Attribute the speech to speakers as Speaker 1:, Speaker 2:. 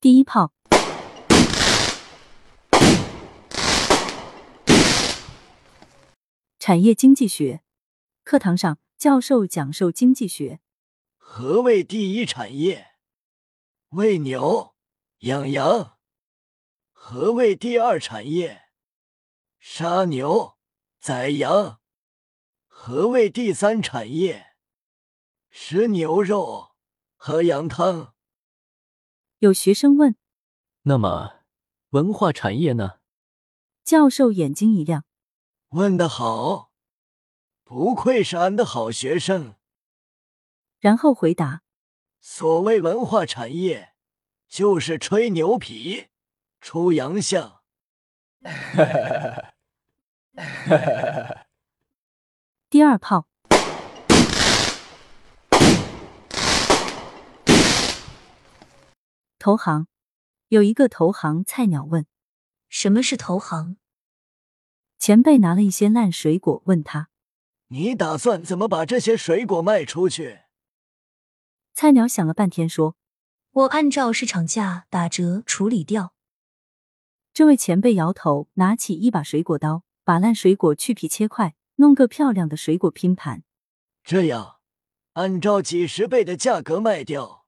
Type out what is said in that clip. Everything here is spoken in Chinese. Speaker 1: 第一炮，产业经济学课堂上，教授讲授经济学。
Speaker 2: 何谓第一产业？喂牛、养羊。何谓第二产业？杀牛、宰羊。何谓第三产业？食牛肉、喝羊汤。
Speaker 1: 有学生问，
Speaker 3: 那么，文化产业呢？
Speaker 1: 教授眼睛一亮，
Speaker 2: 问得好，不愧是俺的好学生。
Speaker 1: 然后回答：
Speaker 2: 所谓文化产业，就是吹牛皮、出洋相。
Speaker 1: 第二炮，投行。有一个投行菜鸟问
Speaker 4: 什么是投行？
Speaker 1: 前辈，拿了一些烂水果，问他。
Speaker 2: 你打算怎么把这些水果卖出去？
Speaker 1: 菜鸟想了半天，说
Speaker 4: 我按照市场价打折处理掉。：“
Speaker 1: 这位前辈摇头，拿起一把水果刀，把烂水果去皮切块，弄个漂亮的水果拼盘。
Speaker 2: 这样，按照几十倍的价格卖掉。